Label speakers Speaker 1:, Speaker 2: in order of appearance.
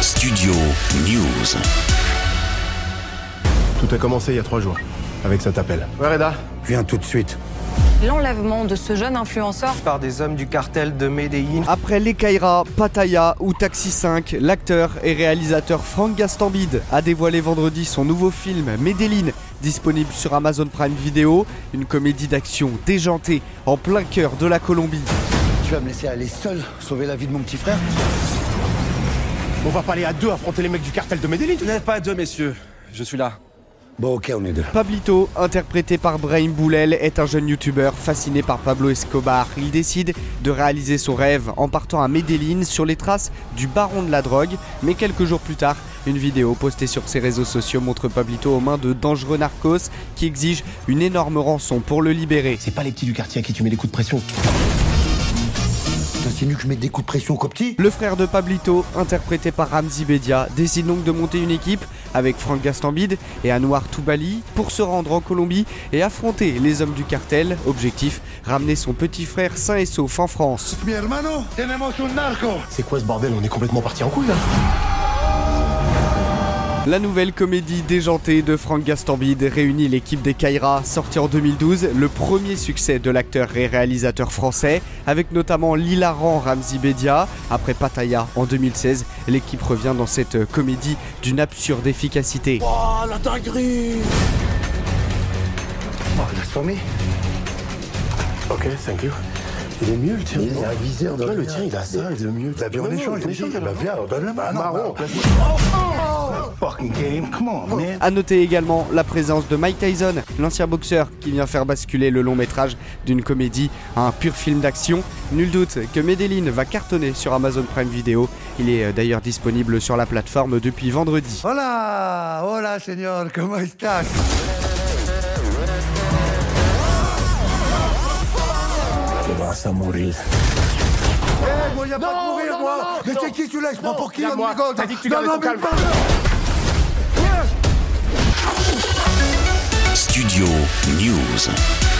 Speaker 1: Studio News.
Speaker 2: Tout a commencé il y a trois jours, avec cet appel. Ouais, Reda
Speaker 3: Viens tout de suite.
Speaker 4: L'enlèvement de ce jeune influenceur
Speaker 5: par des hommes du cartel de Medellin.
Speaker 6: Après Les Kaira, Pattaya ou Taxi 5, l'acteur et réalisateur Franck Gastambide a dévoilé vendredi son nouveau film Medellin, disponible sur Amazon Prime Video, une comédie d'action déjantée en plein cœur de la Colombie.
Speaker 3: Tu vas me laisser aller seul sauver la vie de mon petit frère
Speaker 2: On va pas aller à deux affronter les mecs du cartel de Medellin
Speaker 7: Vous n'êtes pas deux, messieurs. Je suis là.
Speaker 3: Bon, ok, on est deux.
Speaker 6: Pablito, interprété par Brahim Boulel, est un jeune youtubeur fasciné par Pablo Escobar. Il décide de réaliser son rêve en partant à Medellin sur les traces du baron de la drogue, mais quelques jours plus tard, une vidéo postée sur ses réseaux sociaux montre Pablito aux mains de dangereux narcos qui exigent une énorme rançon pour le libérer.
Speaker 2: C'est pas les petits du quartier à qui tu mets les coups de pression.
Speaker 3: T'insinues que je mette des coups de pression qu'aux petits
Speaker 6: Le frère de Pablito, interprété par Ramzi Bedia, décide donc de monter une équipe avec Franck Gastambide et Anouar Toubali pour se rendre en Colombie et affronter les hommes du cartel. Objectif ramener son petit frère sain et sauf en France.
Speaker 3: Mi hermano, tenemos un narco
Speaker 2: C'est quoi ce bordel On est complètement parti en couille là
Speaker 6: La nouvelle comédie déjantée de Franck Gastambide réunit l'équipe des Kaira, sortie en 2012, le premier succès de l'acteur et réalisateur français, avec notamment l'hilarant Ramzi Bedia. Après Pattaya en 2016, l'équipe revient dans cette comédie d'une absurde efficacité.
Speaker 3: Oh, la dinguerie Oh, la sommée
Speaker 2: Ok, thank you. Il est mieux le tien.
Speaker 3: Il est un viseur de
Speaker 2: Ouais, le tien, il a ça, il est mieux.
Speaker 3: La vie en
Speaker 2: Non, non,
Speaker 3: échange,
Speaker 2: non,
Speaker 3: les gens,
Speaker 2: non,
Speaker 3: la
Speaker 2: non.
Speaker 3: vie, on donne le
Speaker 2: Ah,
Speaker 3: marron.
Speaker 2: marron.
Speaker 3: Fucking game, come on, man.
Speaker 6: À noter également la présence de Mike Tyson, l'ancien boxeur qui vient faire basculer le long métrage d'une comédie à un pur film d'action. Nul doute que Medellin va cartonner sur Amazon Prime Video. Il est euh, d'ailleurs disponible sur la plateforme depuis vendredi.
Speaker 3: Hola, hola, señor, comment estás
Speaker 2: Tu vas à mourir.
Speaker 3: Eh, moi, y a pas de mourir, moi Mais c'est qui celui-là Je prends pour qui,
Speaker 2: Regarde-moi,
Speaker 3: homme de gold
Speaker 2: t'as dit que tu
Speaker 3: Non,
Speaker 2: gardais
Speaker 3: non,
Speaker 2: ton
Speaker 3: mais
Speaker 2: calme.
Speaker 3: parle-
Speaker 1: Studio News.